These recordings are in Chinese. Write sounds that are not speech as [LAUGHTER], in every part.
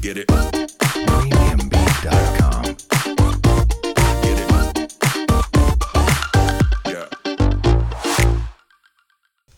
Get it. Premiumbeat.com. Get it. Yeah.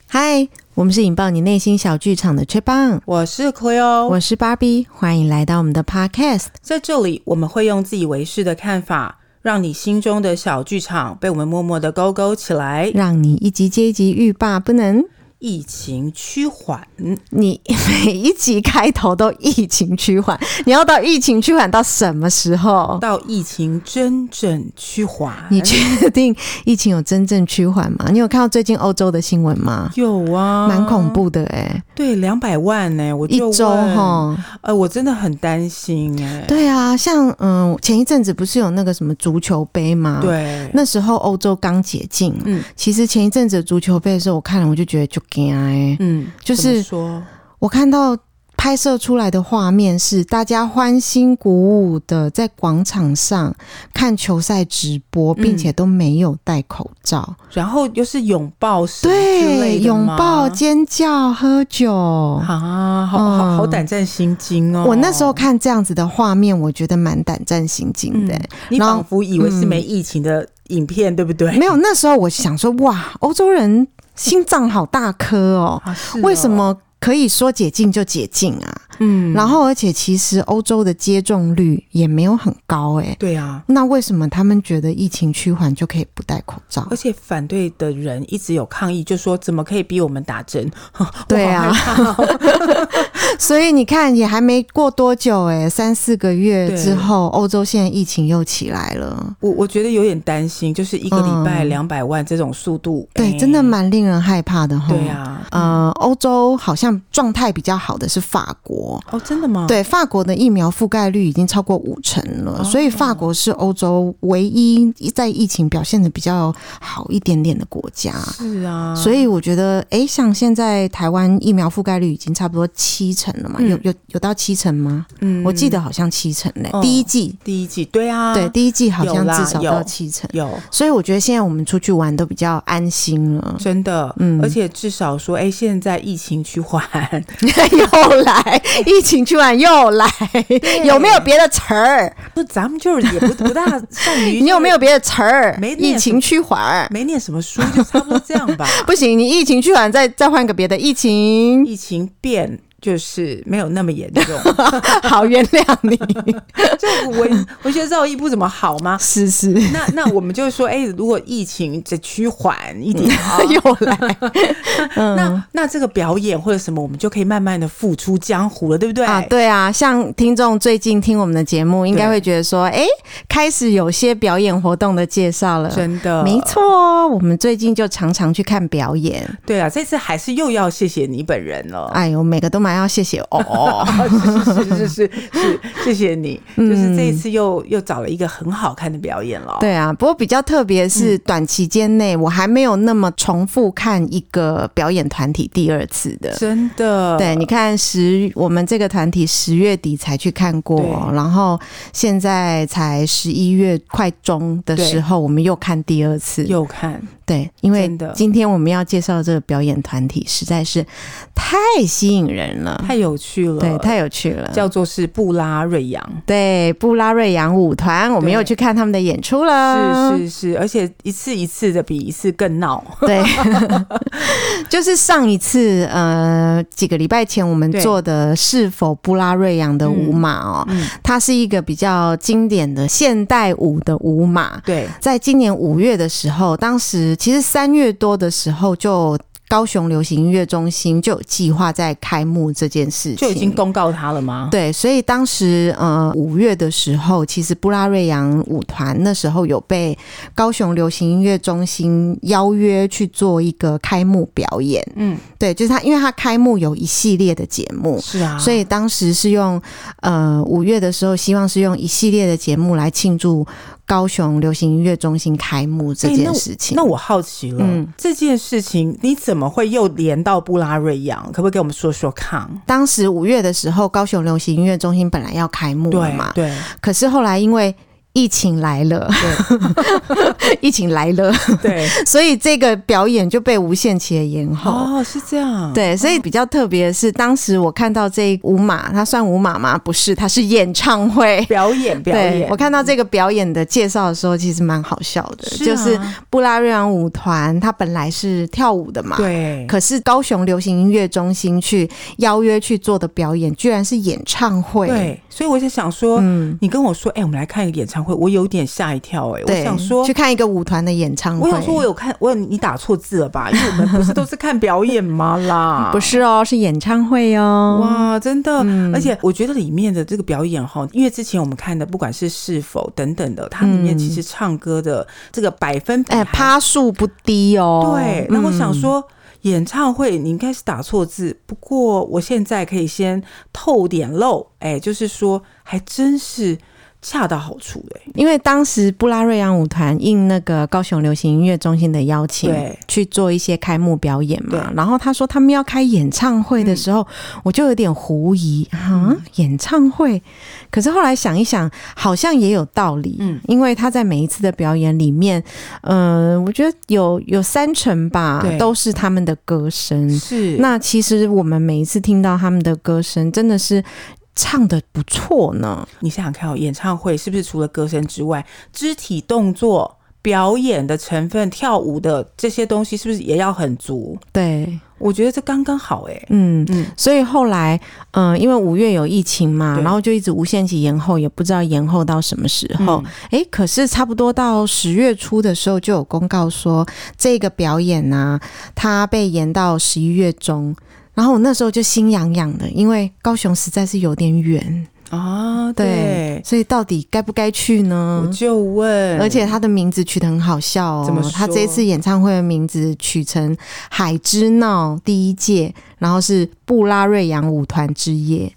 嗨，我们是引爆你内心小剧场的缺棒，我是 Cleo，我是芭比，欢迎来到我们的 Podcast。在这里我们会用自以为是的看法，让你心中的小剧场被我们默默的勾勾起来，让你一集接一集欲罢不能。疫情趋缓。你每一集开头都疫情趋缓，你要到疫情趋缓到什么时候？到疫情真正趋缓，你确定疫情有真正趋缓吗？你有看到最近欧洲的新闻吗？有啊，蛮恐。怖的哎、对，两百万呢、我一就周问，哈，呃，我真的很担心哎、对啊，像嗯，前一阵子不是有那个什么足球杯吗？对，啊那时候欧洲刚解禁，嗯其实前一阵子足球杯的时候，我看了我就觉得就惊哎，嗯，就怎么是说，我看到拍摄出来的画面是大家欢欣鼓舞的在广场上看球赛直播，嗯并且都没有戴口罩，然后又是拥抱式之对，类的拥吗抱、尖叫、喝酒。啊，好好好嗯胆战心惊哦。我那时候看这样子的画面，我觉得蛮胆战心惊的、嗯你然后嗯仿佛以为是没疫情的影片，对不对？没有，那时候我想说，哇，欧洲人心脏好大颗哦，啊，是哦为什？么可以说解禁就解禁啊？嗯，然后，而且其实欧洲的接种率也没有很高、诶，对啊，那为什么他们觉得疫情趋缓就可以不戴口罩而？且反对的人一直有抗议，就说怎么可以逼我们打针？ [LAUGHS] 对啊我好害怕哦所以你看，也还没过多久、诶，三四个月对之后，欧洲现在疫情又起来了。我 [LAUGHS] 我觉得有点担心，就是一个礼拜嗯两百万这种速度，对，哎真的？蛮令人害怕的哈。对啊，呃，欧洲好像状态比较好的是法国，哦，真的吗？，对，法国的疫苗覆盖率已经超过五成了，哦所以法国是欧洲唯一在疫情表现的比较好一点点的国家。是啊，所以我觉得，诶，像现在台湾疫苗覆盖率已经差不多七成了嘛，有有有到七成吗？嗯我记得好像七成嘞、哦第一季，第一季，对啊，对，第一季好有像啦至少到有七成。有。，所以我觉得现在我们出去玩都比较安心了 [LAUGHS] 真的，嗯而且至少说，哎、现在疫情趋缓， [LAUGHS] 又来疫情居然又来，有没有别的词儿？不，咱们就是也不不大善 [LAUGHS] 于，你有没有别的词儿？没疫念什情趋缓，没念什么书，就差不多这样吧。不行，你疫情趋缓，再再换个别的疫情。 [LAUGHS] 疫情变就是没有那 [LAUGHS] 么严重，好，原谅你。这文文学造诣不怎么好吗？是是，那那我们就说，哎、如果疫情再趋缓一点啊，又来嗯那那这个表演或者什么，我们就可以慢慢的复出江湖了，对不对？啊！对啊，像听众最近听我们的节目，应该对会觉得说，哎、开始有些表演活动的介绍了。真的没。错，我们最近就常常去看表演。对啊，这次还是又要谢谢你本人了。哎呦，每个都蛮要谢谢哦。 [LAUGHS] 是是是是是，谢谢你，就是这一次又又找了一个很好看的表演了。 [LAUGHS] 嗯对啊，不过比较特别是嗯短期间内，我还没有那么重复看一个表演团体第二次的。真的，对，你看十，我们这个团体十月底才去看过，对然后现在才十一月快中的时候，我们又看第二次。又看对，因为真的今天我们要介绍的这个表演团体实在是太吸引人了，太有趣了，对，太有趣了。叫做是布拉瑞扬。对布拉瑞扬舞团，我们对又去看他们的演出了。是是是，而且一次一次的比一次更闹。 [LAUGHS] 对，就是上一次呃几个礼拜前我们对做的是否布拉瑞扬的舞马哦，嗯，它是一个比较经典的现代舞的舞马。对，在今年五月的时候，当时其实三月多的时候就。高雄流行音乐中心就有计划在开幕这件事情，就已经公告他了吗？对，所以当时呃五月的时候，其实布拉瑞扬舞团那时候有被高雄流行音乐中心邀约去做一个开幕表演。嗯，对，就是他，因为他开幕有一系列的节目。是啊，所以当时是用，呃，五月的时候，希望是用一系列的节目来庆祝高雄流行音乐中心开幕这哎件事情。那我好奇了，嗯这件事情你怎么会又连到布拉瑞扬？可不可以给我们说说看？当时五月的时候，高雄流行音乐中心本来要开幕了对 [LAUGHS] 嘛，对，可是后来因为疫情来了，对 [LAUGHS] 疫情来 [LAUGHS] 了， [LAUGHS] 对，所以这个表演就被无限期的延后。哦，是这样，，对，所以比较特别的是，当时我看到这舞马，它算舞马吗？不是，它是演唱会。表演表对演，我看到这个表演的介绍的时候，其实蛮好笑的，是啊就是布拉瑞昂舞团，它本来是跳舞的嘛，对，可是高雄流行音乐中心去邀约去做的表演，居然是演唱会。，对，所以我就想说，嗯，你跟我说，哎、我们来看一个演唱会，我有点吓一跳、哎，对，我想说去。看一个舞团的演唱我会。想说，我有看，我有你打错字了吧？因为我们不是都是看表演吗 [LAUGHS] 啦？不是哦，是演唱会哦。哇，真的，而且我觉得里面的这个表演哈，因为之前我们看的不管是是否等等的，它里面其实唱歌的这个百分百哎，还趴数不低哦。对，那我想嗯说。演唱会你应该是打错字，不过我现在可以先透点漏，哎、就是说还真是恰到好处哎、因为当时布拉瑞扬舞团应那个高雄流行音乐中心的邀请对，去做一些开幕表演嘛。对嗯然后他说他们要开演唱会的时候，我就有点狐疑啊，演唱会。可是后来想一想，好像也有道理。嗯因为他在每一次的表演里面，嗯、我觉得有有三成吧对，都是他们的歌声。是嗯那其实我们每一次听到他们的歌声，真的是唱的不错呢。你想想看哦，演唱会是不是除了歌声之外，肢体动作、表演的成分、跳舞的这些东西，是不是也要很足？对，我觉得这刚刚好哎、嗯。嗯，所以后来，嗯、因为五月有疫情嘛，对然后就一直无限期延后，也不知道延后到什么时嗯候。诶，可是差不多到十月初的时候，就有公告说这个表演呢、它被延到十一月中。然后我那时候就心痒痒的，因为高雄实在是有点远，嗯啊，对，对，嗯所以到底该不该去呢我？就问，而且他的名字取得很好笑怎么哦说，他这一次演唱会的名字取成《海之闹》第一届，然后是布拉瑞扬舞团之夜。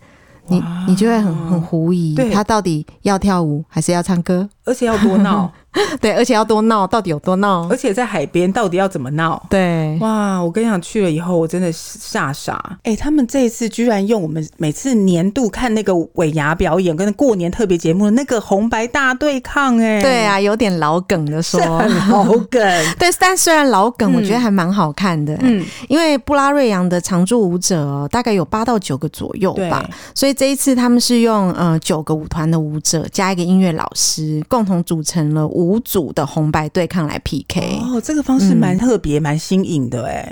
你哇你就会很很狐疑对，他到底要跳舞还是要唱歌？ [LAUGHS] 而且要多闹， [LAUGHS] 对，而且要多闹，到底有多闹而？且在海边到底要怎么闹？对，哇，我跟你讲，去了以后我真的吓傻。哎、他们这一次居然用我们每次年度看那个尾牙表演跟过年特别节目的那个红白大对抗、哎，对，啊，有点老梗的 [LAUGHS] 说。很好梗。 [LAUGHS] 对，但虽然老梗，嗯我觉得还蛮好看的、嗯，因为布拉瑞扬的常驻舞者哦大概有八到九个左右 [LAUGHS] 对，吧，所以这一次他们是用呃九个舞团的舞者加一个音乐老师，共同组成了五组的红白对抗来 PK。哦，这个方式蛮特别，蛮、新颖的 [LAUGHS] 哎、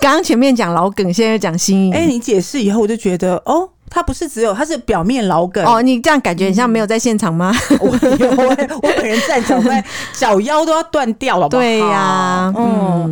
刚刚前面讲老梗，现在又讲新颖。哎、你解释以后，我就觉得哦，它不是只有它是表面老梗哦，你这样感觉很像没有在现场吗？ [LAUGHS] 我有哎、我本人站脚在脚腰都要断掉了，好不 [LAUGHS] 好对呀、嗯，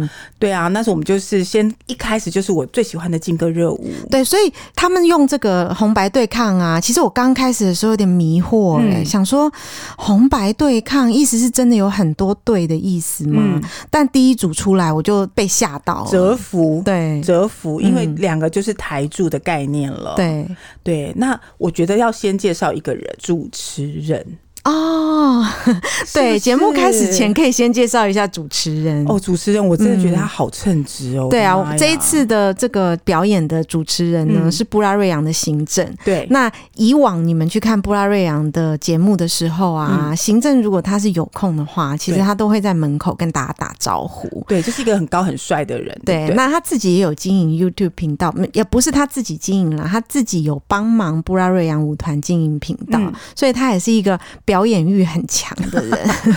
嗯，对啊，那时候我们就是先一开始就是我最喜欢的劲歌热舞，对，所以他们用这个红白对抗啊，其实我刚开始的时候有点迷惑、欸，嗯想说红白对抗意思是真的有很多对的意思吗？嗯，但第一组出来我就被吓到了，折服，对折服，因为嗯两个就是台柱的概念了，对对。那我觉得要先介绍一个人，主持人，哦，是不对，是节目开始前。可以先介绍一下主持人哦，。主持人，我真的觉得他好称职哦。对我的啊妈，呀这一次的这个表演的主持人呢、嗯是布拉瑞扬的行政。对，那以往你们去看布拉瑞扬的节目的时候啊，行政如果他是有空的话，其实嗯对他都会在门口跟大家打招呼。对，就是一个很高很帅的人。对对不，对，那他自己也有经营 YouTube 频道，嗯也不是他自己经营啦，他自己有帮忙布拉瑞扬舞团经营频道，嗯所以他也是一个表演欲很强的 [LAUGHS] 人。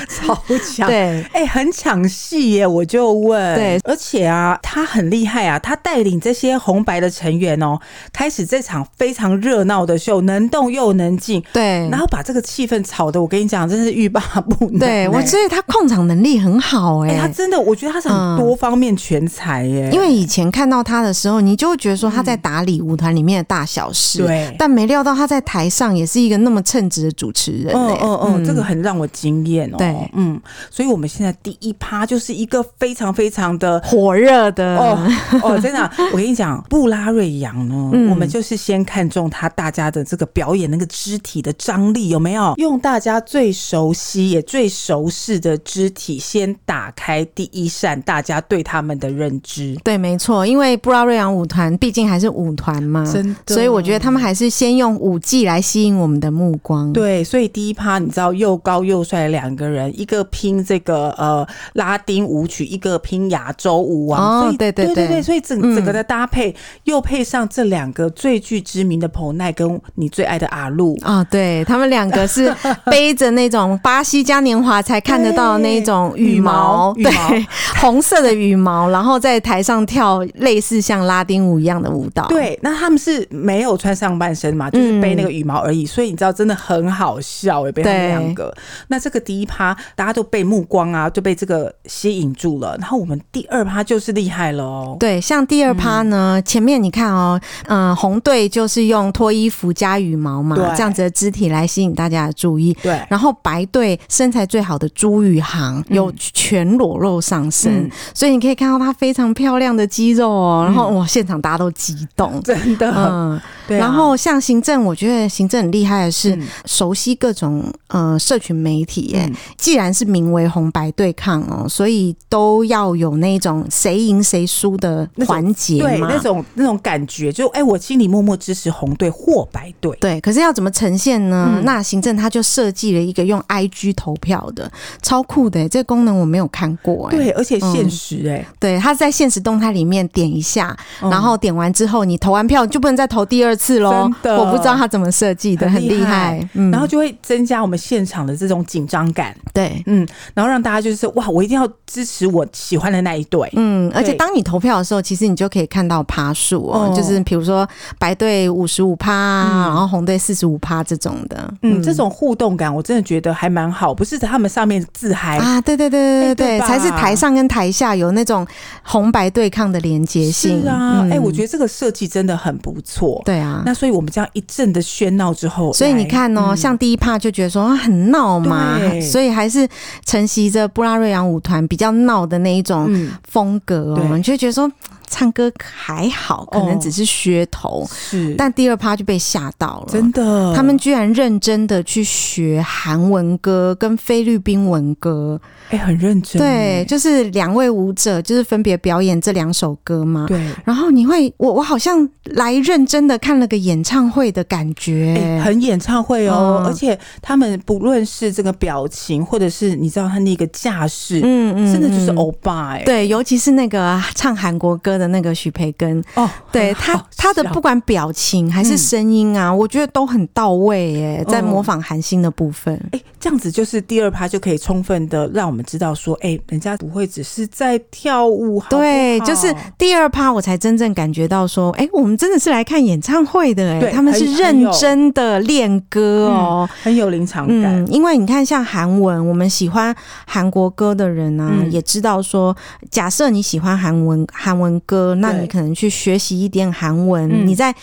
超强。，对，哎、很抢戏耶！我就问，对而且啊，他很厉害啊，他带领这些红白的成员哦，开始这场非常热闹的秀，能动又能静，对，然后把这个气氛炒的，我跟你讲，真是欲罢不能。对我，真所以他控场能力很好哎、哎、他真的，我觉得他是很多方面全才耶，嗯因为以前看到他的时候，你就会觉得说他在打理舞团里面的大小事，嗯对。但没料到他在台上也是一个那么称职的主持人、嗯欸。嗯嗯，这个很让我惊艳哦。对，嗯，所以我们现在第一趴就是一个非常非常的火热的哦哦，真的啊、我跟你讲，布拉瑞扬呢，嗯我们就是先看中他大家的这个表演那个肢体的张力有没有，用大家最熟悉也最熟识的肢体，先打开第一扇大家对他们的认知。对，没错，因为布拉瑞扬舞团毕竟还是舞团嘛，真的所以我觉得他们还是先用舞技来吸引我们的目光。对，所以第一趴你知道又高又帅的两个人，一个拼这个呃拉丁舞曲，一个拼亚洲舞王，哦所以对对对对对，所以整嗯整个的搭配、又配上这两个最具知名的彭奈跟你最爱的阿露，啊、对他们两个是背着那种巴西嘉年华才看得到的那种羽 [LAUGHS] 毛，嗯羽毛对羽毛， [LAUGHS] 红色的羽毛，然后在台上跳类似像拉丁舞一样的舞蹈。，对，那他们是没有穿上半身嘛，嗯就是背那个羽毛而已，所以你知道真的很好笑哎、被他们对两个。那这个第一趴大家都被目光啊就被这个吸引住了，然后我们第二趴就是厉害了哦。对，像第二趴呢，嗯前面你看哦，嗯、红队就是用脱衣服加羽毛嘛对，这样子的肢体来吸引大家的注意。对，然后白队身材最好的朱宇航有全裸露上身，嗯所以你可以看到她非常漂亮的肌肉哦。然嗯后哇，现场大家都激 [LAUGHS] 动。真的，嗯，对啊、然后像行政，我觉得行政很厉害的是嗯熟悉各种呃社群媒体耶。嗯既然是名为红白对抗哦，所以都要有那种谁赢谁输的环节对嘛。那种那种感觉，就哎、我心里默默支持红队或白队。对，可是要怎么呈现呢？嗯那行政他就设计了一个用 IG 投票的，超酷的耶，这个功能我没有看过哎。对，而且嗯现实哎、对，他在现实动态里面点一下，嗯然后点完之后你投完票你就不能再投第二次喽。真的我不知道他怎么设计的，很很厉厉害害。嗯然后就会增加我们现场的这种紧张感，对。嗯，然后让大家就是哇，我一定要支持我喜欢的那一队，嗯，而且对当你投票的时候，其实你就可以看到趴数哦，哦就是比如说白队五十五趴，然后红队四十五趴这种的。嗯，这种互动感我真的觉得还蛮好，不是他们上面自嗨，啊，对对对对哎对对吧才是台上跟台下有那种红白对抗的连结性。是啊，哎、嗯我觉得这个设计真的很不错。对啊。那所以我们这样一阵的喧闹之后，所以你来嗯看哦，像第一趴就觉得说啊很闹嘛，对所以还是承袭着布拉瑞扬舞团比较闹的那一种嗯，风格哦，对哦你就觉得说唱歌还好，可能只是噱头，是，但第二趴就被吓到了，真的，他们居然认真的去学韩文歌跟菲律宾文歌，哎、很认真对，哎，就是两位舞者就是分别表演这两首歌嘛。对，然后你会，我我好像来认真的看了个演唱会的感觉、哎、很演唱会哦，嗯而且他们不论是这个表情，或者是你知道他那个架势，嗯嗯真的就是嗯欧巴哎、对，尤其是那个唱韩国歌的那个许培根，哦，对很他好他的笑不管表情还是嗯声音啊，我觉得都很到位耶，在嗯模仿韩星的部分。哎、这样子就是第二趴就可以充分的让我们知道说，哎、人家不会只是在跳舞，好不好对，就是第二趴，我才真正感觉到说，哎、我们真的是来看演唱会的、哎，对他们是很很认有真的练歌哦、很有临场感。嗯，因为你看，像韩文，我们喜欢韩国歌的人啊，嗯也知道说，假设你喜欢韩文韩文歌，那你可能去学习一点韩文，嗯你在。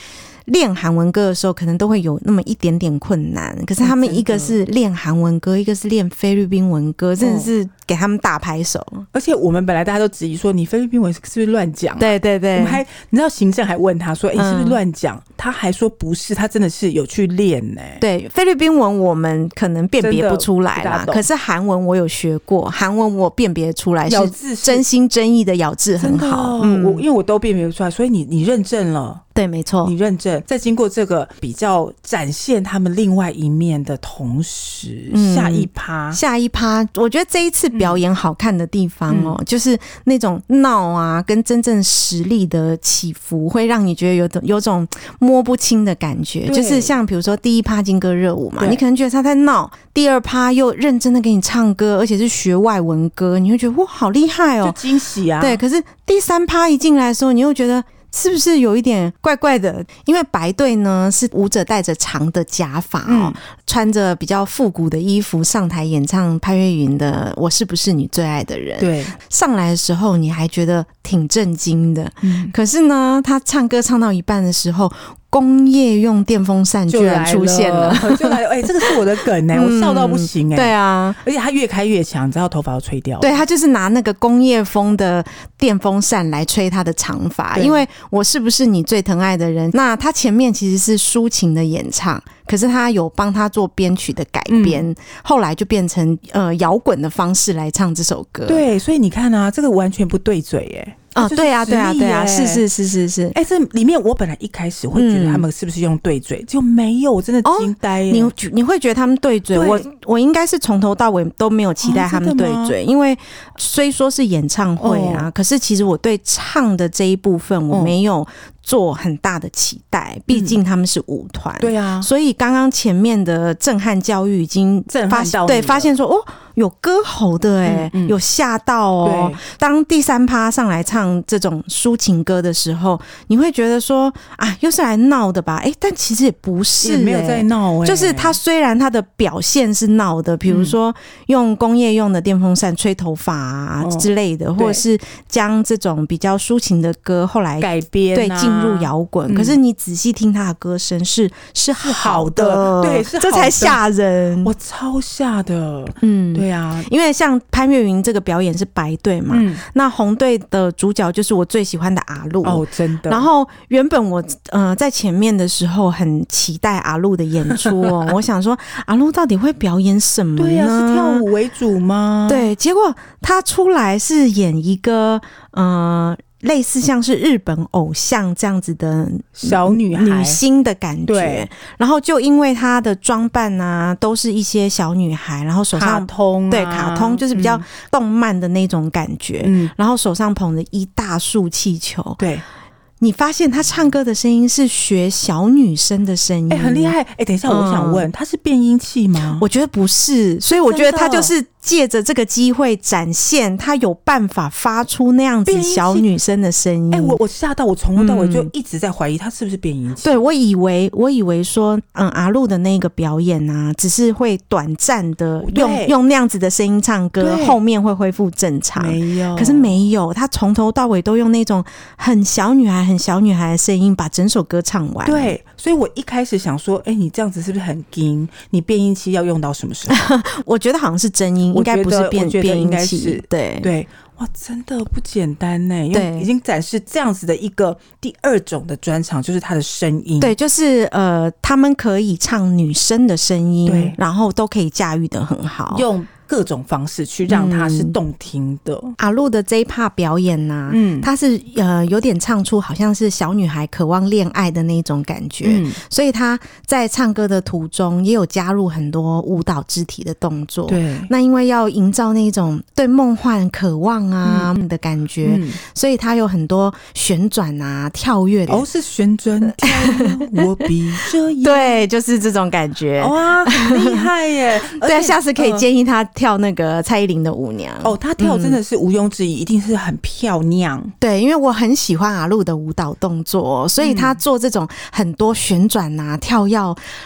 练韩文歌的时候，可能都会有那么一点点困难。可是他嗯们真的一个是练韩文歌，一个是练菲律宾文歌，哦真的是给他们大拍手。而且我们本来大家都质疑说，你菲律宾文是不是乱讲、啊？。对对对，我们还，你知道行政还问他说：“哎、你是嗯不是乱讲？”他还说不是，他真的是有去练呢、对菲律宾文我们可能辨别不出来真的啦不大，懂可是韩文我有学过，韩文我辨别出来是咬字是真心真意的咬字真很的好哦、，我嗯因嗯，为我都辨别不出来，所以你你认证了，对，没错你。认证，在经过这个比较展现他们另外一面的同时，嗯下一趴下一趴，我觉得这一次表演好看的地方嗯哦，就是那种闹啊，跟真正实力的起伏，会让你觉得有种有种摸不清的感觉。对就是像比如说第一趴劲歌热舞嘛，对你可能觉得他在闹；第二趴又认真的给你唱歌，而且是学外文歌，你会觉得哇，好厉害哦就！惊喜啊，对，可是第三趴一进来的时候，你又觉得是不是有一点怪怪的？因为白队呢是舞者戴着长的假发哦，嗯穿着比较复古的衣服上台演唱潘越云的《我是不是你最爱的人》。对，上来的时候你还觉得挺震惊的，嗯，可是呢，他唱歌唱到一半的时候，工业用电风扇居就然来出现了。 [LAUGHS] 了，就来了，哎、这个是我的梗呢、嗯我笑到不行哎、对啊，而且他越开越强，你知道头发要吹掉，对，他就是拿那个工业风的电风扇来吹他的长发，对因为我是不是你最疼爱的人？那他前面其实是抒情的演唱，可是他有帮他做编曲的改编，嗯后来就变成呃摇滚的方式来唱这首歌。对，所以你看啊，这个完全不对嘴哎、哦，就是对啊，对啊，直立对啊，耶是是是是是。哎、这里面我本来一开始会觉得他们是不是用对嘴，就没有，我真的嗯哦惊呆耶、你觉你会觉得他们对嘴，嗯对我我应该是从头到尾都没有期待哦他们真的对吗嘴，因为虽说是演唱会啊，可是其实我对唱的这一部分我哦嗯没有做很大的期待，毕竟他们是舞团，对啊，所以刚刚前面的震撼教育已经震发撼到对你了发现说哦有歌喉的哎、嗯嗯有吓到哦。当第三趴上来唱这种抒情歌的时候，你会觉得说啊又是来闹的吧？哎、但其实也不是、也没有哎在闹、哎，就是他虽然他的表现是闹的，比如嗯说用工业用的电风扇吹头发啊哦之类的，或者是将这种比较抒情的歌后来改编、对啊，进入摇滚，嗯可是你仔细听他的歌声是是好好的对是好的这才吓人。我超吓的，嗯，。对啊，因为像潘越云这个表演是白队嘛，嗯，那红队的主角就是我最喜欢的阿露。哦，真的，然后原本我呃在前面的时候很期待阿露的演出 [LAUGHS] 哦，我想说阿露到底会表演什么呢？对呀、是跳舞啊为主吗？，对，结果他出来是演一个呃类似像是日本偶像这样子的小女孩，女星的感觉对，然后就因为她的装扮啊，都是一些小女孩，然后手卡上通、啊，嗯对卡通就是比较动漫的那种感觉，嗯，嗯然后手上捧着一大束气球，对，你发现她唱歌的声音是学小女生的声音，哎、很厉。害，哎、等一下，嗯我想问，它是变音器吗？我觉得不是，所以我觉得她就是借着这个机会展现她有办法发出那样子变音器小女生的声音。哎、我我吓到，我从头到尾嗯就一直在怀疑它是不是变音器。对，我以为我以为说，嗯，阿露的那个表演啊，只是会短暂的对用用那样子的声音唱歌，对后面会恢复正常。没有，啊可是没有，她从头到尾都用那种很小女孩、很小女孩的声音把整首歌唱完。，对，所以我一开始想说，哎、你这样子是不是很硬？你变音器要用到什 [LAUGHS] 么时候？我觉得好像是真音，我应该觉不是得变我觉得变应音该器是。对，对，哇，真的不简单呢，因对为已经展示这样子的一个第二种的专场，就是他的声音。对，就是呃，他们可以唱女生的声音对，然后都可以驾驭的很好。用各种方式去让它嗯是动听的。阿露的这一 part 表演呐、嗯她是呃有点唱出好像是小女孩渴望恋爱的那种感觉，嗯，所以她在唱歌的途中也有加入很多舞蹈肢体的动作。，对，那因为要营造那种对梦幻渴望啊的感觉，嗯，所以她有很多旋转啊、跳跃的。哦，是旋转跳舞，我闭 [LAUGHS] 着眼。对，就是这种感觉。哇，很厉 [LAUGHS] 害耶！而对啊，且下次可以嗯嗯建议她跳那个蔡依林的《舞娘》哦，他跳真的是毋庸置疑，一定是很漂亮。对，因为我很喜欢阿露的舞蹈动作，哦所以她做这种很多旋转啊、跳跃，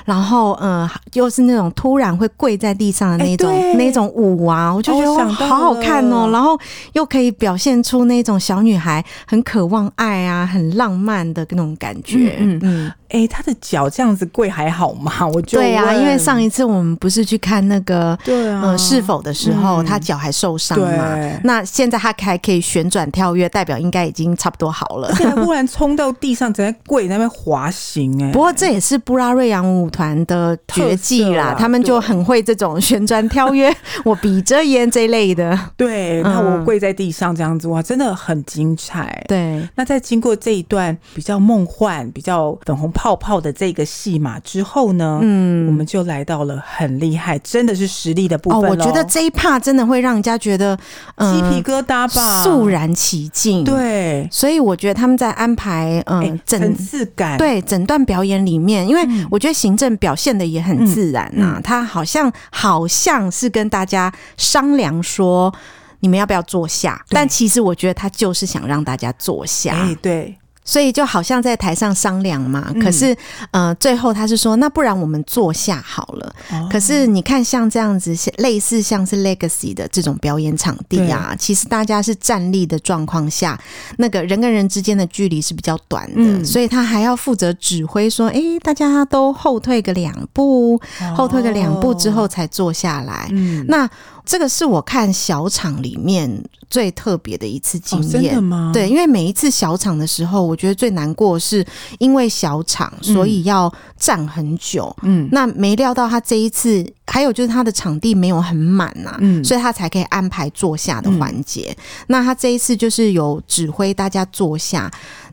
然后呃，又是那种突然会跪在地上的那种、哎对那种舞啊，我就觉得、哦哇，想到好好看哦。了然后又可以表现出那种小女孩很渴望爱啊、很浪漫的那种感觉。嗯嗯嗯，哎、他的脚这样子跪还好吗？ [LAUGHS] 我就对啊，问因为上一次我们不是去看那个。对啊，呃，是否的时候，嗯她脚还受伤 [LAUGHS] 嘛？对。那现在她还可以旋转跳跃，代表应该已经差不多好了而。且还忽然冲到地上，在那跪在那边滑行、哎，不过这也是布拉瑞扬舞团的绝技特色啦啦，他们就很会这种旋转跳跃、 [LAUGHS] 我比着眼这一类的。对，那我跪在地上这样子，哇，真的很精彩。嗯对，那在经过这一段比较梦幻、比较粉红泡泡的这个戏码之后呢，嗯，我们就来到了很厉害，真的是实力的部哦，分咯、我觉得这一趴真的会让人家觉得，鸡嗯、皮疙瘩吧，肃然起敬。，对，所以我觉得他们在安排，嗯、哎、层整。次感，对整段表演里面，因为我觉得行政表现的也很自然呐、他好像好像是跟大家商量说你们要不要坐下，但其实我觉得他就是想让大家坐下。哎、对，所以就好像在台上商量嘛，可是呃，最后他是说，那不然我们坐下好了。哦可是你看，像这样子，像类似像是 Legacy 的这种表演场地啊，其实大家是站立的状况下，那个人跟人之间的距离是比较短的，嗯所以他还要负责指挥说，哎、大家都后退个两步，后退个两步之后才坐下来。哦嗯，哎那这个是我看小场里面最特别的一次经哦，真验。的吗？对，因为每一次小场的时候，我觉得最难过的是因为小场，所以要站很久。嗯那没料到他这一次，还有就是他的场地没有很满呐、嗯所以他才可以安排坐下的环节。那他这一次就是有指挥大家坐下。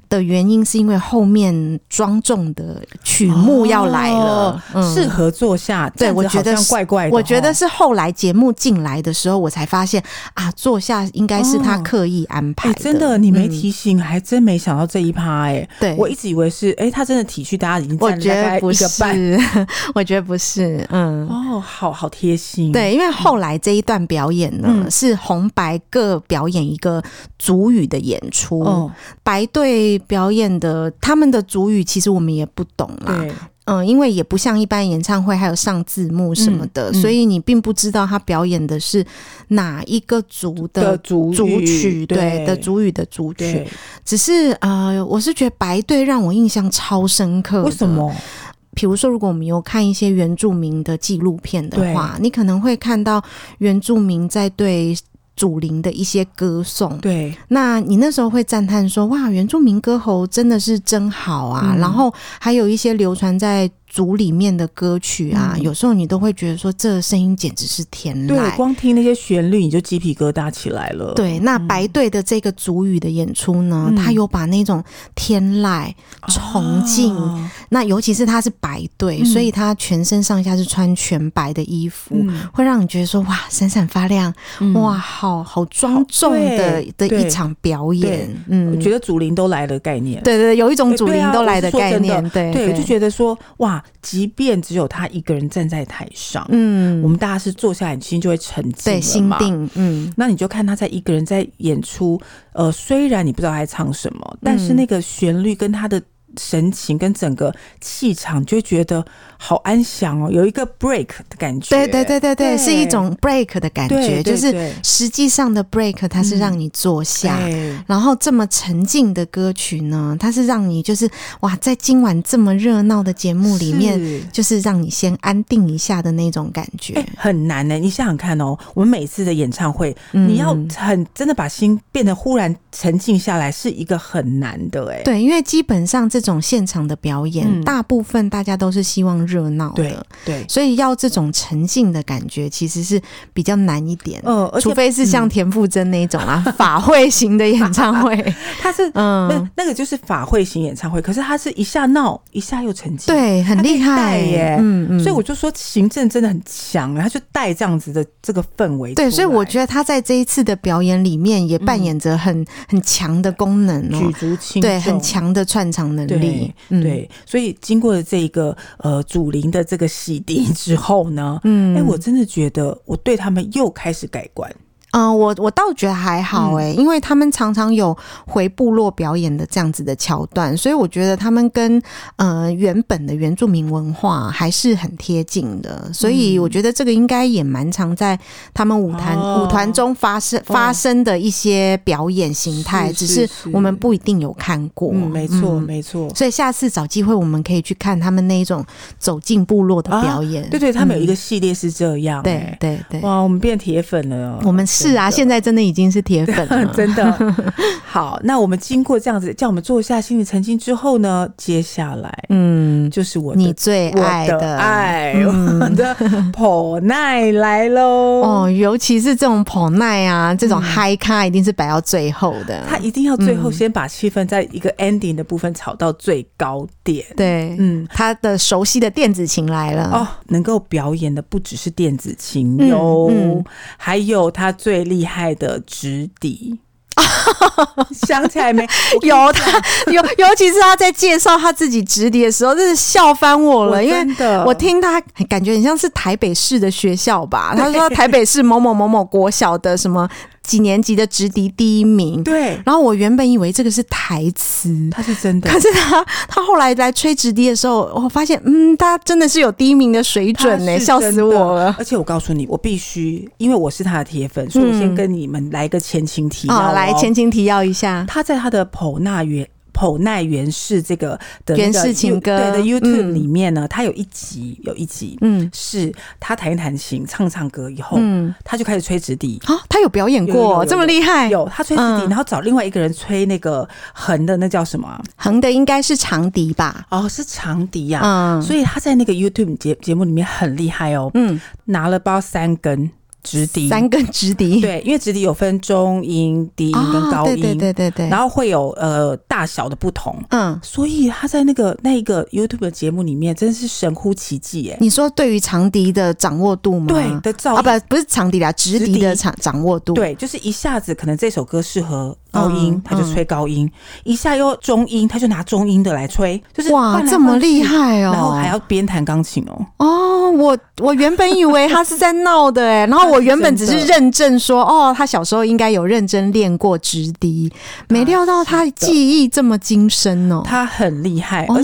的原因是因为后面庄重的曲目要来了，哦嗯适、合坐下。对这样子我觉得好像是怪怪的哦，我觉得是后来节目进来的时候，我才发现啊，坐下应该是他哦刻意安哎、排的。真的，你没嗯提醒，还真没想到这一趴哎、对，我一直以为是，哎、他真的体恤大家已经我站了觉大概得不一是 [LAUGHS] 个半，我觉得不是，嗯。哦，好好贴心，，对，因为后来这一段表演呢，嗯是红白各表演一个主语的演出。哦，白队表演的他们的主语，其实我们也不懂啦。对，嗯，因为也不像一般演唱会还有上字幕什么的，嗯嗯所以你并不知道他表演的是哪一个族的主族语曲，对的族语的族曲。对，只是呃，我是觉得白队让我印象超深刻的。为什嗯么？比如说，如果我们有看一些原住民的纪录片的对话，你可能会看到原住民在对祖灵的一些歌颂。对，那你那时候会赞叹说：“哇，原住民歌喉真的是真好啊！”嗯然后还有一些流传在族里面的歌曲啊，有时候你都会觉得说这声音简直是天嗯对，籁。光听那些旋律你就鸡皮疙瘩起来了，，对，那白队的这个族语的演出呢，嗯他有把那种天籁、崇敬啊、那尤其是他是白队，嗯所以他全身上下是穿全白的衣服，嗯会让你觉得说哇闪闪发亮，嗯哇好好庄重的对的一对场表对演，嗯，我觉得祖灵都来的概念。对对对，有一种哎主对灵啊都我来是的说概真的念，对对，我就觉得说，哇，即便只有他一个人站在台上，嗯，我们大家是坐下来，你心就会沉静对了心嘛。定，嗯，那你就看他在一个人在演出，呃，虽然你不知道他在唱什嗯么，但是那个旋律跟他的神情跟整个气场，你就会觉得好安详哦，有一个 break 的感觉。对对对对对，对是一种 break 的感对，觉，对就是对实际上的 break，它是让你坐下。对然后这么沉静的歌曲呢，它是让你就是哇，在今晚这么热闹的节目里面，是就是让你先安定一下的那种感觉。哎、很难呢、你想想看哦，我们每次的演唱会，嗯你要很真的把心变得忽然沉静下来，是一个很难的哎、对，因为基本上这种现场的表演，嗯大部分大家都是希望热闹对哦的，对，所以要这种沉静的感觉，其实是比较难一点。呃，而且除非是像田馥甄那一种啦，法会型的演唱 [LAUGHS] 会，它是、嗯那，那个就是法会型演唱会，可是它是一下闹一下又沉静，对，很厉它可害以带耶嗯嗯，所以我就说行政真的很强，他就带这样子的这个氛围出来。对，所以我觉得他在这一次的表演里面也扮演着很、很强的功能嗯举哦，足轻重，对，很强的串场能力对，嗯，对，所以经过了这一个呃祖灵的这个洗涤之后呢，嗯，哎、我真的觉得我对他们又开始改观。嗯、我我倒觉得还好嗯哎、因为他们常常有回部落表演的这样子的桥段，所以我觉得他们跟呃原本的原住民文化还是很贴近的，所以我觉得这个应该也蛮常在他们舞团、嗯哦舞团中发生发生的一些表演形态，是只是是是我们不一定有看过。嗯，没错，嗯没错。所以下次找机会，我们可以去看他们那一种走进部落的表演。啊对对，他们有一嗯、个系列是这样、对哎对对，哇，我们变铁粉了。 [LAUGHS] 我们是啊，现在真的已经是铁粉了。真 [LAUGHS] 的好，那我们经过这样子，叫我们做一下心理澄清之后呢，接下来嗯，就是我的你最我爱的爱，嗯我 [LAUGHS] 的婆奈来喽。哦，尤其是这种捧奈啊，这种嗯嗨咖一定是摆到最后的。他一定要最嗯后先把气氛在一个 ending 的部分炒到最高点。对，嗯，他的熟悉的电子琴来了。哦，能够表演的不只是电子琴嗯哟，嗯还有他最厉害的直 [LAUGHS] 笛。想起来没？我跟你有他，尤尤其是他在介绍他自己直笛的时候，真是笑翻我了，我因为真的我听他感觉很像是台北市的学校 [LAUGHS] 吧。他说台北市某某某某国小的什么几年级的直笛第一名，对，然后我原本以为这个是台词，他是真的可，是他他后来来吹直笛的时候，我发现，嗯，他真的是有第一名的水准呢、他是笑死我真的了。而且我告诉你，我必须，因为我是他的铁嗯粉，啊所以我先跟你们来一个前情提要、哦好、来前情提要一下，他在他的普纳原剖奈原氏这个的那个原氏情歌对的 YouTube 嗯里面呢，他有一集有一集嗯是他弹一弹琴，唱唱歌以后，嗯，他就开始吹直笛。啊，他有表演有有有过，有这么厉害，有他吹直笛，嗯然后找另外一个人吹那个横的，那叫什么啊？横的应该是长笛吧？哦，是长笛呀、嗯，所以他在那个 YouTube 节节目里面很厉害哦，嗯，拿了包三根直笛，三根直笛，对，因为直笛有分中音、低音啊，跟高对音，对对对对，然后后会有呃大小的不同，嗯，所以他在那个那一个 YouTube 的节目里面真是神乎其技耶，你说对于长笛的掌握度吗？嗯对的造啊，诣。不不是长笛啦，直直笛笛的掌掌握度，，对，就是一下子可能这首歌适合高音，嗯他就吹高音；一下又中音，他就拿中音的来吹，就是哇换，来这么换去厉、害哦，然后还要边弹钢琴哦。哦，我我原本以为他是在闹的哎、然后我原本只是认证 [LAUGHS] 说，哦，他小时候应该有认真练过直笛，没料到他技艺这么精深哦。啊他很厉害，哦嗯而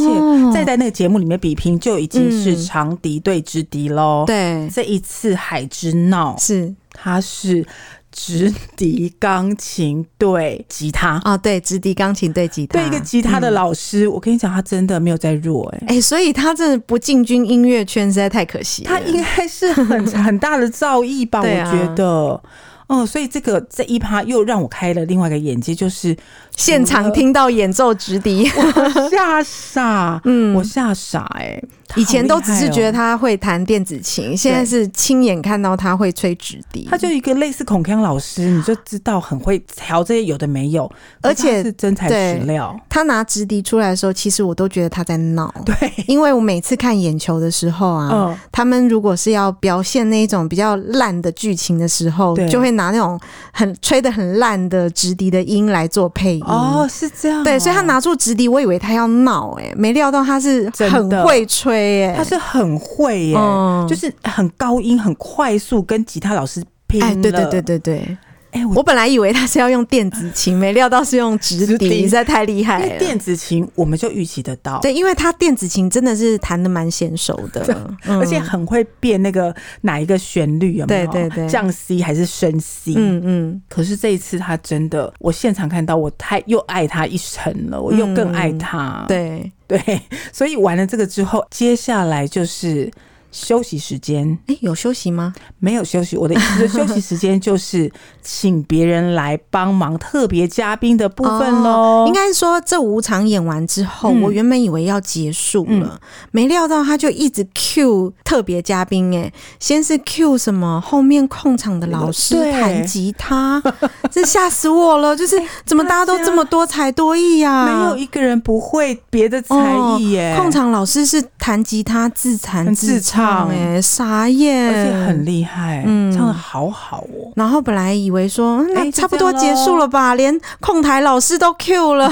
且再在那个节目里面比拼，就已经是长笛对直笛喽。，对，这一次海之闹，是他是直笛、钢琴对吉他，哦，对，直笛、钢琴对吉他，嗯对一个吉他的老师，我跟你讲，他真的没有在弱哎、哎、所以他真的不进军音乐圈实在太可惜了。他应该是很很大的造诣 [LAUGHS] 吧，我对啊觉得。嗯，所以这个这一趴又让我开了另外一个眼 [LAUGHS] 界，就是现场听到演奏直笛，我吓傻，嗯，我吓傻哎、他 [LAUGHS] 好以前都只是厉害哦觉得他会弹电子琴，现在是亲眼看到他会吹直笛，他就一个类似孔锵老师，你就知道很会调这些有的没有，而且可是他是真材实料。 [LAUGHS] 他拿直笛出来的时候，其实我都觉得他在闹。对，因为我每次看眼球的时候啊，嗯，他们如果是要表现那一种比较烂的剧情的时候对，就会拿那种很吹的很烂的直笛的音来做配音。哦，是这样哦、对，所以他拿出直笛，我以为他要闹，哎，没料到他是真很的会吹、哎，他是很会耶、嗯就是很高音、很快速，跟吉他老师拼了。哎，对对对，对对，哎、我我本来以为他是要用电子 [LAUGHS] 琴，没料到是用直直笛笛，实在太厉因害为了。电子琴我们就预期得到，对，因为他电子琴真的是弹的蛮娴熟的，嗯而且很会变那个哪一个旋律有没有？对对对降 C 还是升 C？嗯嗯，可是这一次他真的，我现场看到，我太又爱他一层了，我又更爱他。嗯对。对，所以完了这个之后，接下来就是休息时间。哎，有休息吗？没有休息，我的意思是休息时间就是请别人来帮忙特别嘉宾的部分喽、哦应该是说这五场演完之后，嗯我原本以为要结束了，没料到他就一直 Q 特别嘉宾，哎，先是 Q 什么，后面控场的老师对哎弹吉他， [LAUGHS] 这吓死我了！就是怎么大家都这么多才多艺呀、没有一个人不会别的才艺耶、啊哦控场老师是弹吉他自弹自唱唱，哎，傻而眼，且很厉害，嗯唱的好好哦。然后本来以为说，嗯哎那就差不多这样结咯束了吧，连控台老师都 Q 了，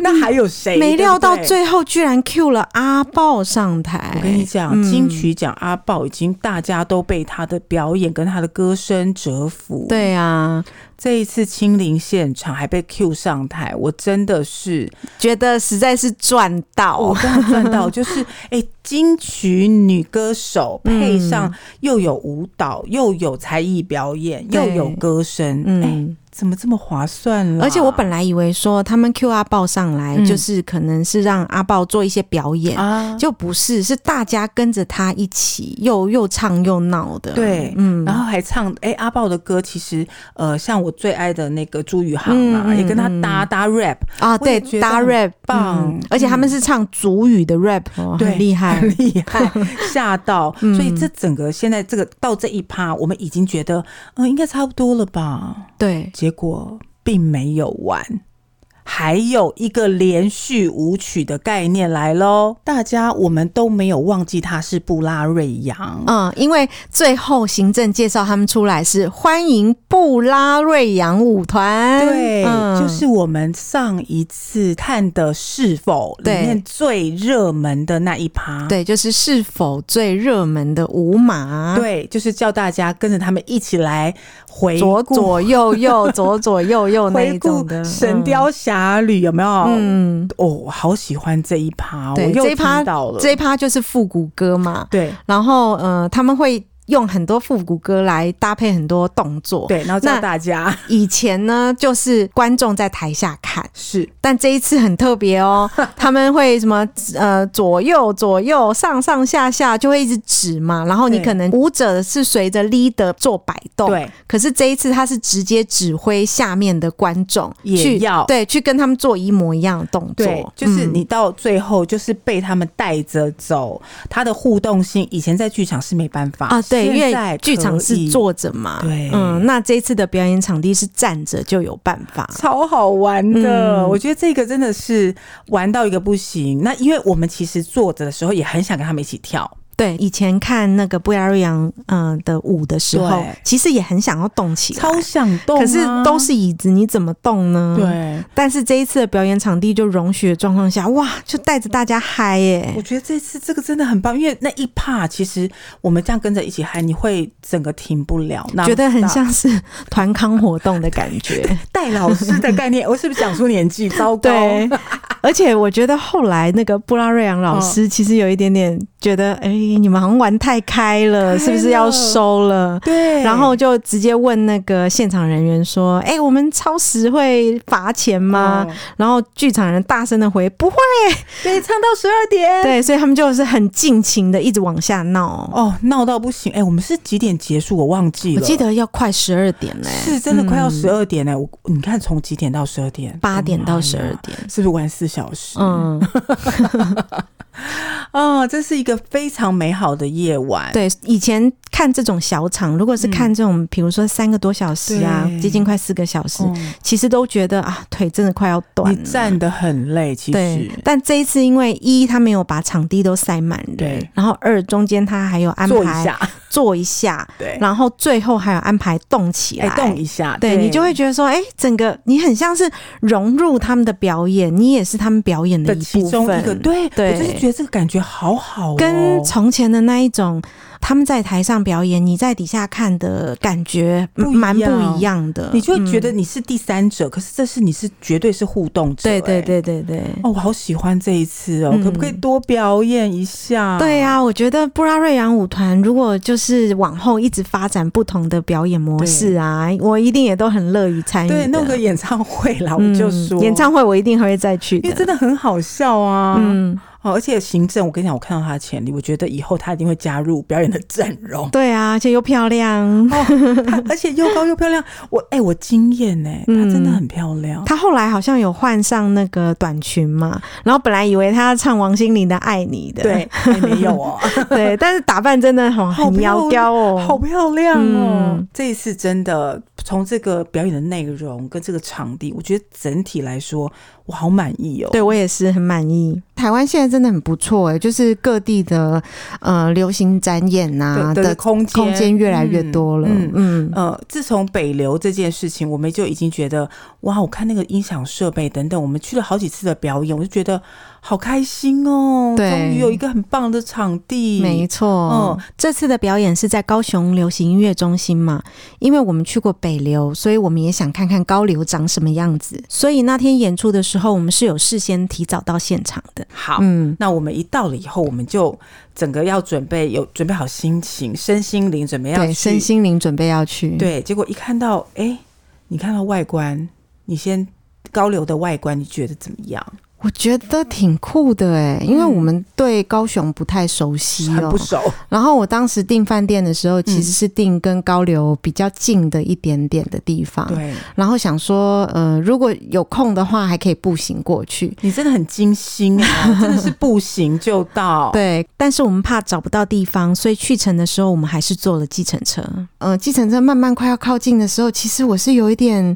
那还有谁？没料到对不对。最后居然 Q 了阿豹上台。我跟你哎讲，嗯金曲奖阿豹已经大家都被他的表演跟他的歌声折服。对啊，这一次亲临现场还被 Q 上台，我真的是哦觉得实在是赚我到。刚刚赚 [LAUGHS] 到，就是哎、金曲女歌手嗯配上又有舞蹈，又有才艺表演，又对有歌声，哎、嗯，怎么这么划算了？而且我本来以为说他们 Q 阿豹上来，嗯就是可能是让阿豹做一些表演，啊，就不是，是大家跟着他一起又又唱又闹的。对嗯然后还唱哎、阿豹的歌，其实呃像我最爱的那个朱宇航嘛，嗯嗯也跟他搭搭 rap，啊，我也对觉得，搭很 rap 棒嗯而且他们是唱主语的 rap，哦对很厉害很。厉 [LAUGHS] 害，吓到！嗯所以这整个现在这个到这一趴，我们已经觉得嗯、应该差不多了吧？对，结果并没有完，还有一个连续舞曲的概念来喽。大家我们都没有忘记他是布拉瑞扬。嗯，因为最后行政介绍他们出来是欢迎布拉瑞扬舞团，对，嗯就是我们上一次看的《是否》里对面最热门的那一趴，对，就是是否最热门的舞马，，对，就是叫大家跟着他们一起来回左顾左右右，左左右右哦那回一顾种的《神。嗯雕侠侣》，有没有？嗯，哦，我好喜欢这一趴，我对又这一趴听到了，这一趴就是复古歌嘛，对，然后呃，他们会。用很多复古歌来搭配很多动作。，对，然后教那大家以前呢就是观众在台下看，是但这一次很特别哦， [LAUGHS] 他们会什么呃左右左右上上下下就会一直指嘛，然后你对可能舞者是随着 leader 做摆动，对。可是这一次他是直接指挥下面的观众也去要对去跟他们做一模一样的动作对，，就是嗯你到最后就是被他们带着走，他的互动性以前在剧场是没办法啊，对，因现为在剧可场是以坐着嘛，对嗯，那这一次的表演场地是站着就有办法，超好玩的，嗯我觉得这个真的是玩到一个不行。那因为我们其实坐着的时候也很想跟他们一起跳，对，以前看那个布亚瑞扬嗯的舞的时候对，其实也很想要动起来，超想动啊、可是都是椅子，你怎么动呢？。对。但是这一次的表演场地就容许的状况下，哇，就带着大家嗨耶、我觉得这次这个真的很棒，因为那一趴其实我们这样跟着一起嗨，你会整个停不了，那觉得很像是团康活动的感 [LAUGHS] 觉，戴老师的 [LAUGHS] 概念。我是不是讲出年纪？糟糕，对。而且我觉得后来那个布拉瑞扬老嗯师其实有一点点觉得，哎、你们好像玩太开了，开了是不是要收了？[LAUGHS] 对哦然后就直接问那个现场人员说：“哎、我们超时会罚钱吗？”嗯然后剧场人大声的回：“不会。”可以唱到十二点。对，所以他们就是很尽情的一直往下闹。哦，闹到不行！哎、我们是几点结束？我忘记我了。记得要快十二点嘞、是真的快要十二点了、我你看从几点到十二点？八点到十我的妈二呀点。是不是玩四小时？嗯，哦，这是一个非常美好的夜晚。 [LAUGHS] 对，嗯以前看这种小场，如果是看这种，比如说三个多小时啊，对接近快四个小时，哦，其实都觉得啊，腿真的快要断你了。站得很累，其对实，但这一次因为一他没有把场地都塞满人对，然后二中间他还有安排坐一下，坐一下对，然后最后还有安排动起来，哎，动一下，对你就会觉得说，哎、整个你很像是融入他们的表演，你也是他们表演的的一其部中分。一个，对，对我就是觉得这个感觉好好哦，跟从前的那一种，他们在台上表演，你在底下看的感觉不一样蛮不一样的，你就会觉嗯得你是第三者，可是这是你是绝对是互动者，对对哎。对对对。哦，我好喜欢这一次哦，嗯可不可以多表演一下？对啊呀、我觉得布拉瑞扬舞团如果就是往后一直发展不同的表演模式啊，我一定也都很乐于参与的。对，弄个演唱会啦，嗯我就说演唱，会，我一定还会再去因为的。真的很好笑啊。嗯，。哦，而且行政，我跟你讲，我看到他的潜力，我觉得以后他一定会加入表演的阵容 [LAUGHS] 对啊，而且又漂亮。他而且又高又漂亮，我哎、我惊艳呢，她真的很漂亮。嗯她后来好像有换上那个短裙嘛，然后本来以为她要唱王心凌的《爱你》的，对，还没有哦， [LAUGHS] 对，但是打扮真的很好很漂妖娇哦，好漂亮哦！嗯这一次真的从这个表演的内容跟这个场地，我觉得整体来说，我好满意哦。对我也是很满意。台湾现在真的很不错哎、就是各地的呃流行展演呐、啊、的的空间空间越来越多了，嗯嗯。呃，自从北流这件事情，我们就已经觉得哇，我看那个音响设备等等，我们去了好几次的表演，我就觉得好开心哦，对终于有一个很棒的场地，没错，嗯这次的表演是在高雄流行音乐中心嘛？因为我们去过北流，所以我们也想看看高流长什么样子。所以那天演出的时候，我们是有事先提早到现场的。好。嗯，那我们一到了以后，我们就整个要准备有准备好心情、身心灵，准备要对，去身心灵准备要去，，对。结果一看到，哎、你看到外观，你先高流的外观，你觉得怎么样？我觉得挺酷的哎、因为我们对高雄不太熟悉嗯很哦、不熟，嗯然后我当时订饭店的时候，其实是订跟高流比较近的一点点的地方。对然后想说，呃，如果有空的话，还可以步行过去。你真的很精心啊， [LAUGHS] 真的是步行就到。对，但是我们怕找不到地方，所以去程的时候我们还是坐了计程车。呃，计程车慢慢快要靠近的时候，其实我是有一点，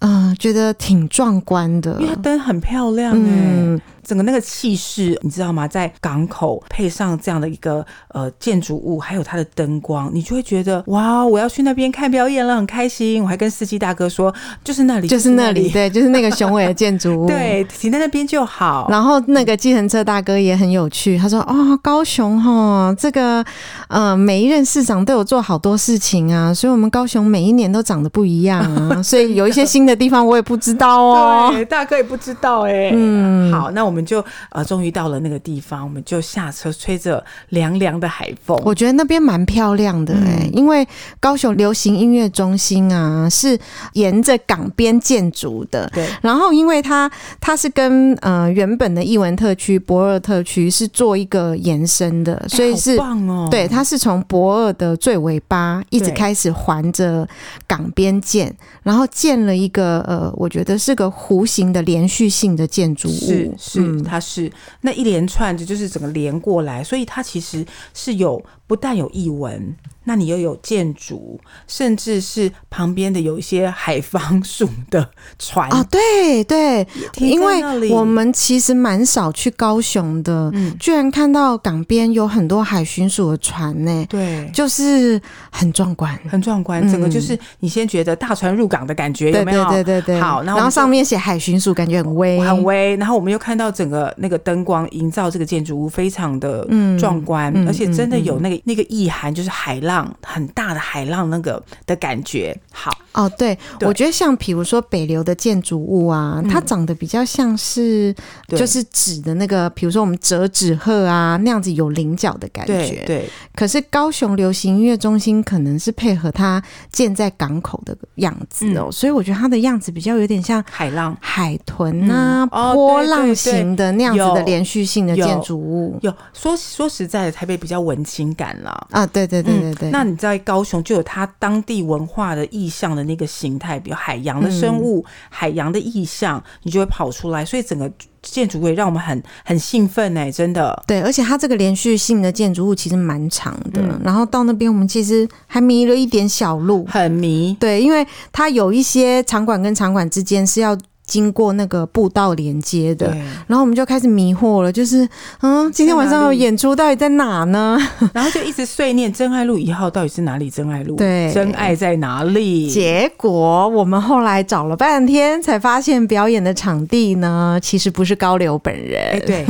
呃，觉得挺壮观的因。为它灯很漂亮哎、嗯，整个那个气势，你知道吗？在港口配上这样的一个呃建筑物，还有它的灯光，你就会觉得哇，我要去那边看表演了，很开心。我还跟司机大哥说，就是那里，就是那里，对，就是那个雄伟的建筑物。 [LAUGHS] 对，停在那边就好。然后那个计程车大哥也很有趣，他说：“哦，高雄哈，这个呃，每一任 [LAUGHS] 市长都有做好多事情啊，所以我们高雄每一年都长得不一样啊，所以有一些新的地方我也不知道哦。对，大哥也不知道哎、 [LAUGHS] 嗯好，那我们就呃，终于到了那个地方，我们就下车，吹着凉凉的海风。我觉得那边蛮漂亮嗯的哎、因为高雄流行音乐中心啊是沿着港边建筑的。对，然后，因为它它是跟呃原本的艺文特区、博尔特区是做一个延伸的，所以哎好是、棒哦，对，它是从博尔的最尾巴一直对开始环着港边建，然后建了一个呃，我觉得是个弧形的连续性的建筑是物，嗯是，它是那一连串的，就是整个连过来，所以它其实是有不但有译文，那你又有建筑，甚至是旁边的有一些海防署的船啊，对对，停因在为那里我们其实蛮少去高雄的，嗯居然看到港边有很多海巡署的船呢、对。就是很壮观。很壮观，整个就是你先觉得大船入港的感觉，对有没有？对对对对，好，然然后我们后就上面写海巡署，感觉很威，很威，然后我们又看到整个那个灯光营造这个建筑物非常的嗯壮观，嗯而且嗯真的嗯有那个、那个意涵，就是海浪很大的海浪那个的感觉。好，哦，对，对嗯我觉得像比如说北流的建筑物啊，它长得比较像是对就是纸的那个，比如说我们折纸鹤啊那样子有棱角的感对觉。对可是高雄流行音乐中心可能是配合它建在港口的样子哦，嗯所以我觉得它的样子比较有点像海浪。海豚啊、嗯哦波对对浪对形的那样子的有连续性的有建筑物有说说实在的，台北比较文青感啦。啊，对对对对对，嗯，那你在高雄就有它当地文化的意象的那个形态，比如海洋嗯的生物、海洋的意象，你就会跑出来。所以整个建筑物也让我们很很兴奋哎、真的。对，而且它这个连续性的建筑物其实蛮长的，嗯然后到那边我们其实还迷了一点小路，很迷，对，因为它有一些场馆跟场馆之间是要经过那个步道连接的。对，然后我们就开始迷惑了，就是嗯，今天晚上在哪有里演出，到底在哪呢？然后就一直碎念真爱路一号到底是哪里？真爱路，对真爱在哪里？结果我们后来找了半天，才发现表演的场地呢，其实不是高流本人，哎， [LAUGHS] 对，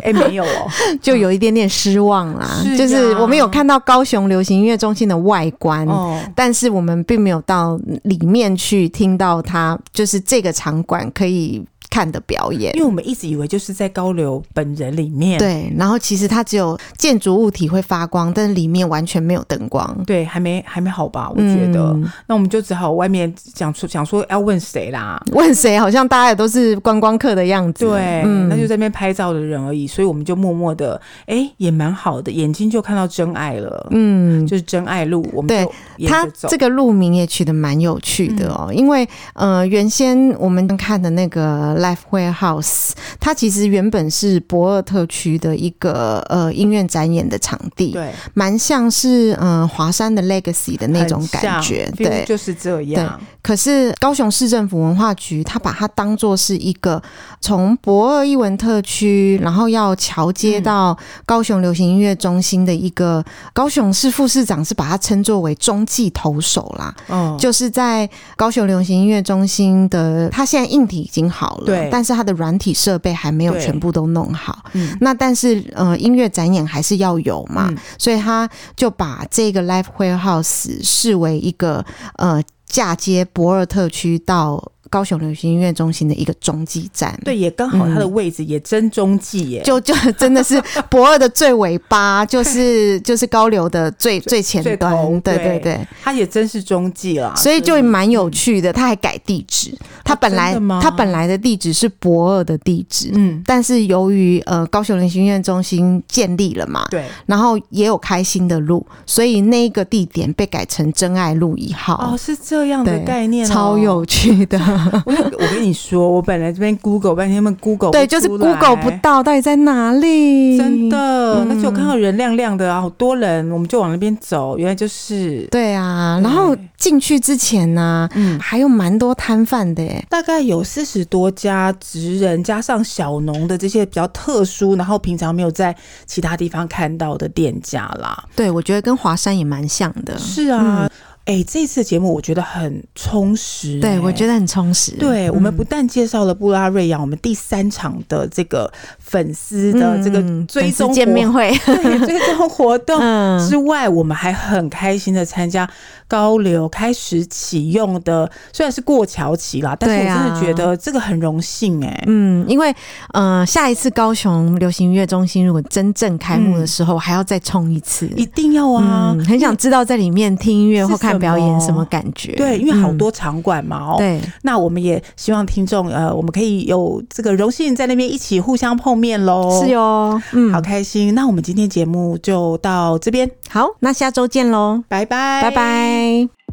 哎，没有哦，就有一点点失望啦。嗯是呀就是我们有看到高雄流行音乐中心的外观，哦，但是我们并没有到里面去听到他，就是这个场馆可以看的表演因。为我们一直以为就是在高流本人里面，对，然后其实它只有建筑物体会发光，但是里面完全没有灯光。对，还没还没好吧？我觉得，嗯那我们就只好外面讲出想说要问谁啦。问谁，好像大家也都是观光客的样子。对，那就在那边拍照的人而已，所以我们就默默的，哎，也蛮好的，眼睛就看到真爱了，嗯，就是真爱路，我们对就沿它着走嗯这，个路名也取得蛮有趣的哦，因为呃，原先我们看的那个 Life Warehouse，它其实原本是博尔特区的一个呃音乐展演的场地。对，蛮像是嗯华山的 legacy 的那种很感像觉， feel 对。就是这样，可是高雄市政府文化局，它把它当做是一个从博尔艺文特区，然后要桥接嗯到高雄流行音乐中心的一个，高雄市副市长是把它称作为中继投手啦。哦，就是在高雄流行音乐中心的，它现在硬体已经好了，对但是它的软体设备还没有对全部都弄好。嗯那但是呃，音乐展演还是要有嘛，嗯所以他就把这个 Live Warehouse 视为一个呃嫁接博尔特区到高雄流行音乐中心的一个中继站。对，也刚好它的位置也真中继耶，嗯就就真的是博尔的最尾巴，就是就是高流的最最前 [LAUGHS] 最端头，对对对对，它也真是中继啊啦，所以真就的蛮有趣的。他还改地址，他本来嗯哦真的吗他本来的地址是博尔的地址，嗯，但是由于呃高雄流行音乐中心建立了嘛，对，然后也有开新的路，所以那个地点被改成真爱路一号，哦，是这样的对概念哦，超有趣 [LAUGHS] 的。我跟我跟你说，我本来这边 Google 半天，们 Google 对，就是出来 Google 不，嗯到到底在哪里，真。的。那就看到人亮亮的啊，好多人，我们就往那边走，原来就是，对啊，然后对进去之前呢、嗯，还有蛮多摊贩的耶，大概有四十多家职人，加上小农的这些比较特殊，然后平常没有在其他地方看到的店家啦。对我觉得跟华山也蛮像的。是啊，哎、这次节目我觉得很充实、对，我得。觉得嗯很充实。对我们不但介绍了布拉瑞扬，我们第三场的这个粉丝的这个嗯追粉丝踪活见面会， [LAUGHS] 对追踪活动嗯之外，我们还很开心的参加高流开始启用的，虽然是过桥期啦，但是我对啊真的觉得这个很荣幸哎、嗯，因为呃，下一次高雄流行音乐中心如果真正开幕的时候，还要再冲一次。嗯一定要啊！嗯，很想知道在里面听音乐是或什看么表演什么感觉。对，因为好嗯、多场馆嘛哦、对，那我们也希望听众呃，我们可以有这个荣幸在那边一起互相碰面喽。是哟。嗯，哦好开心。那我们今天节目就到这边，好，那下周见喽，拜拜，拜拜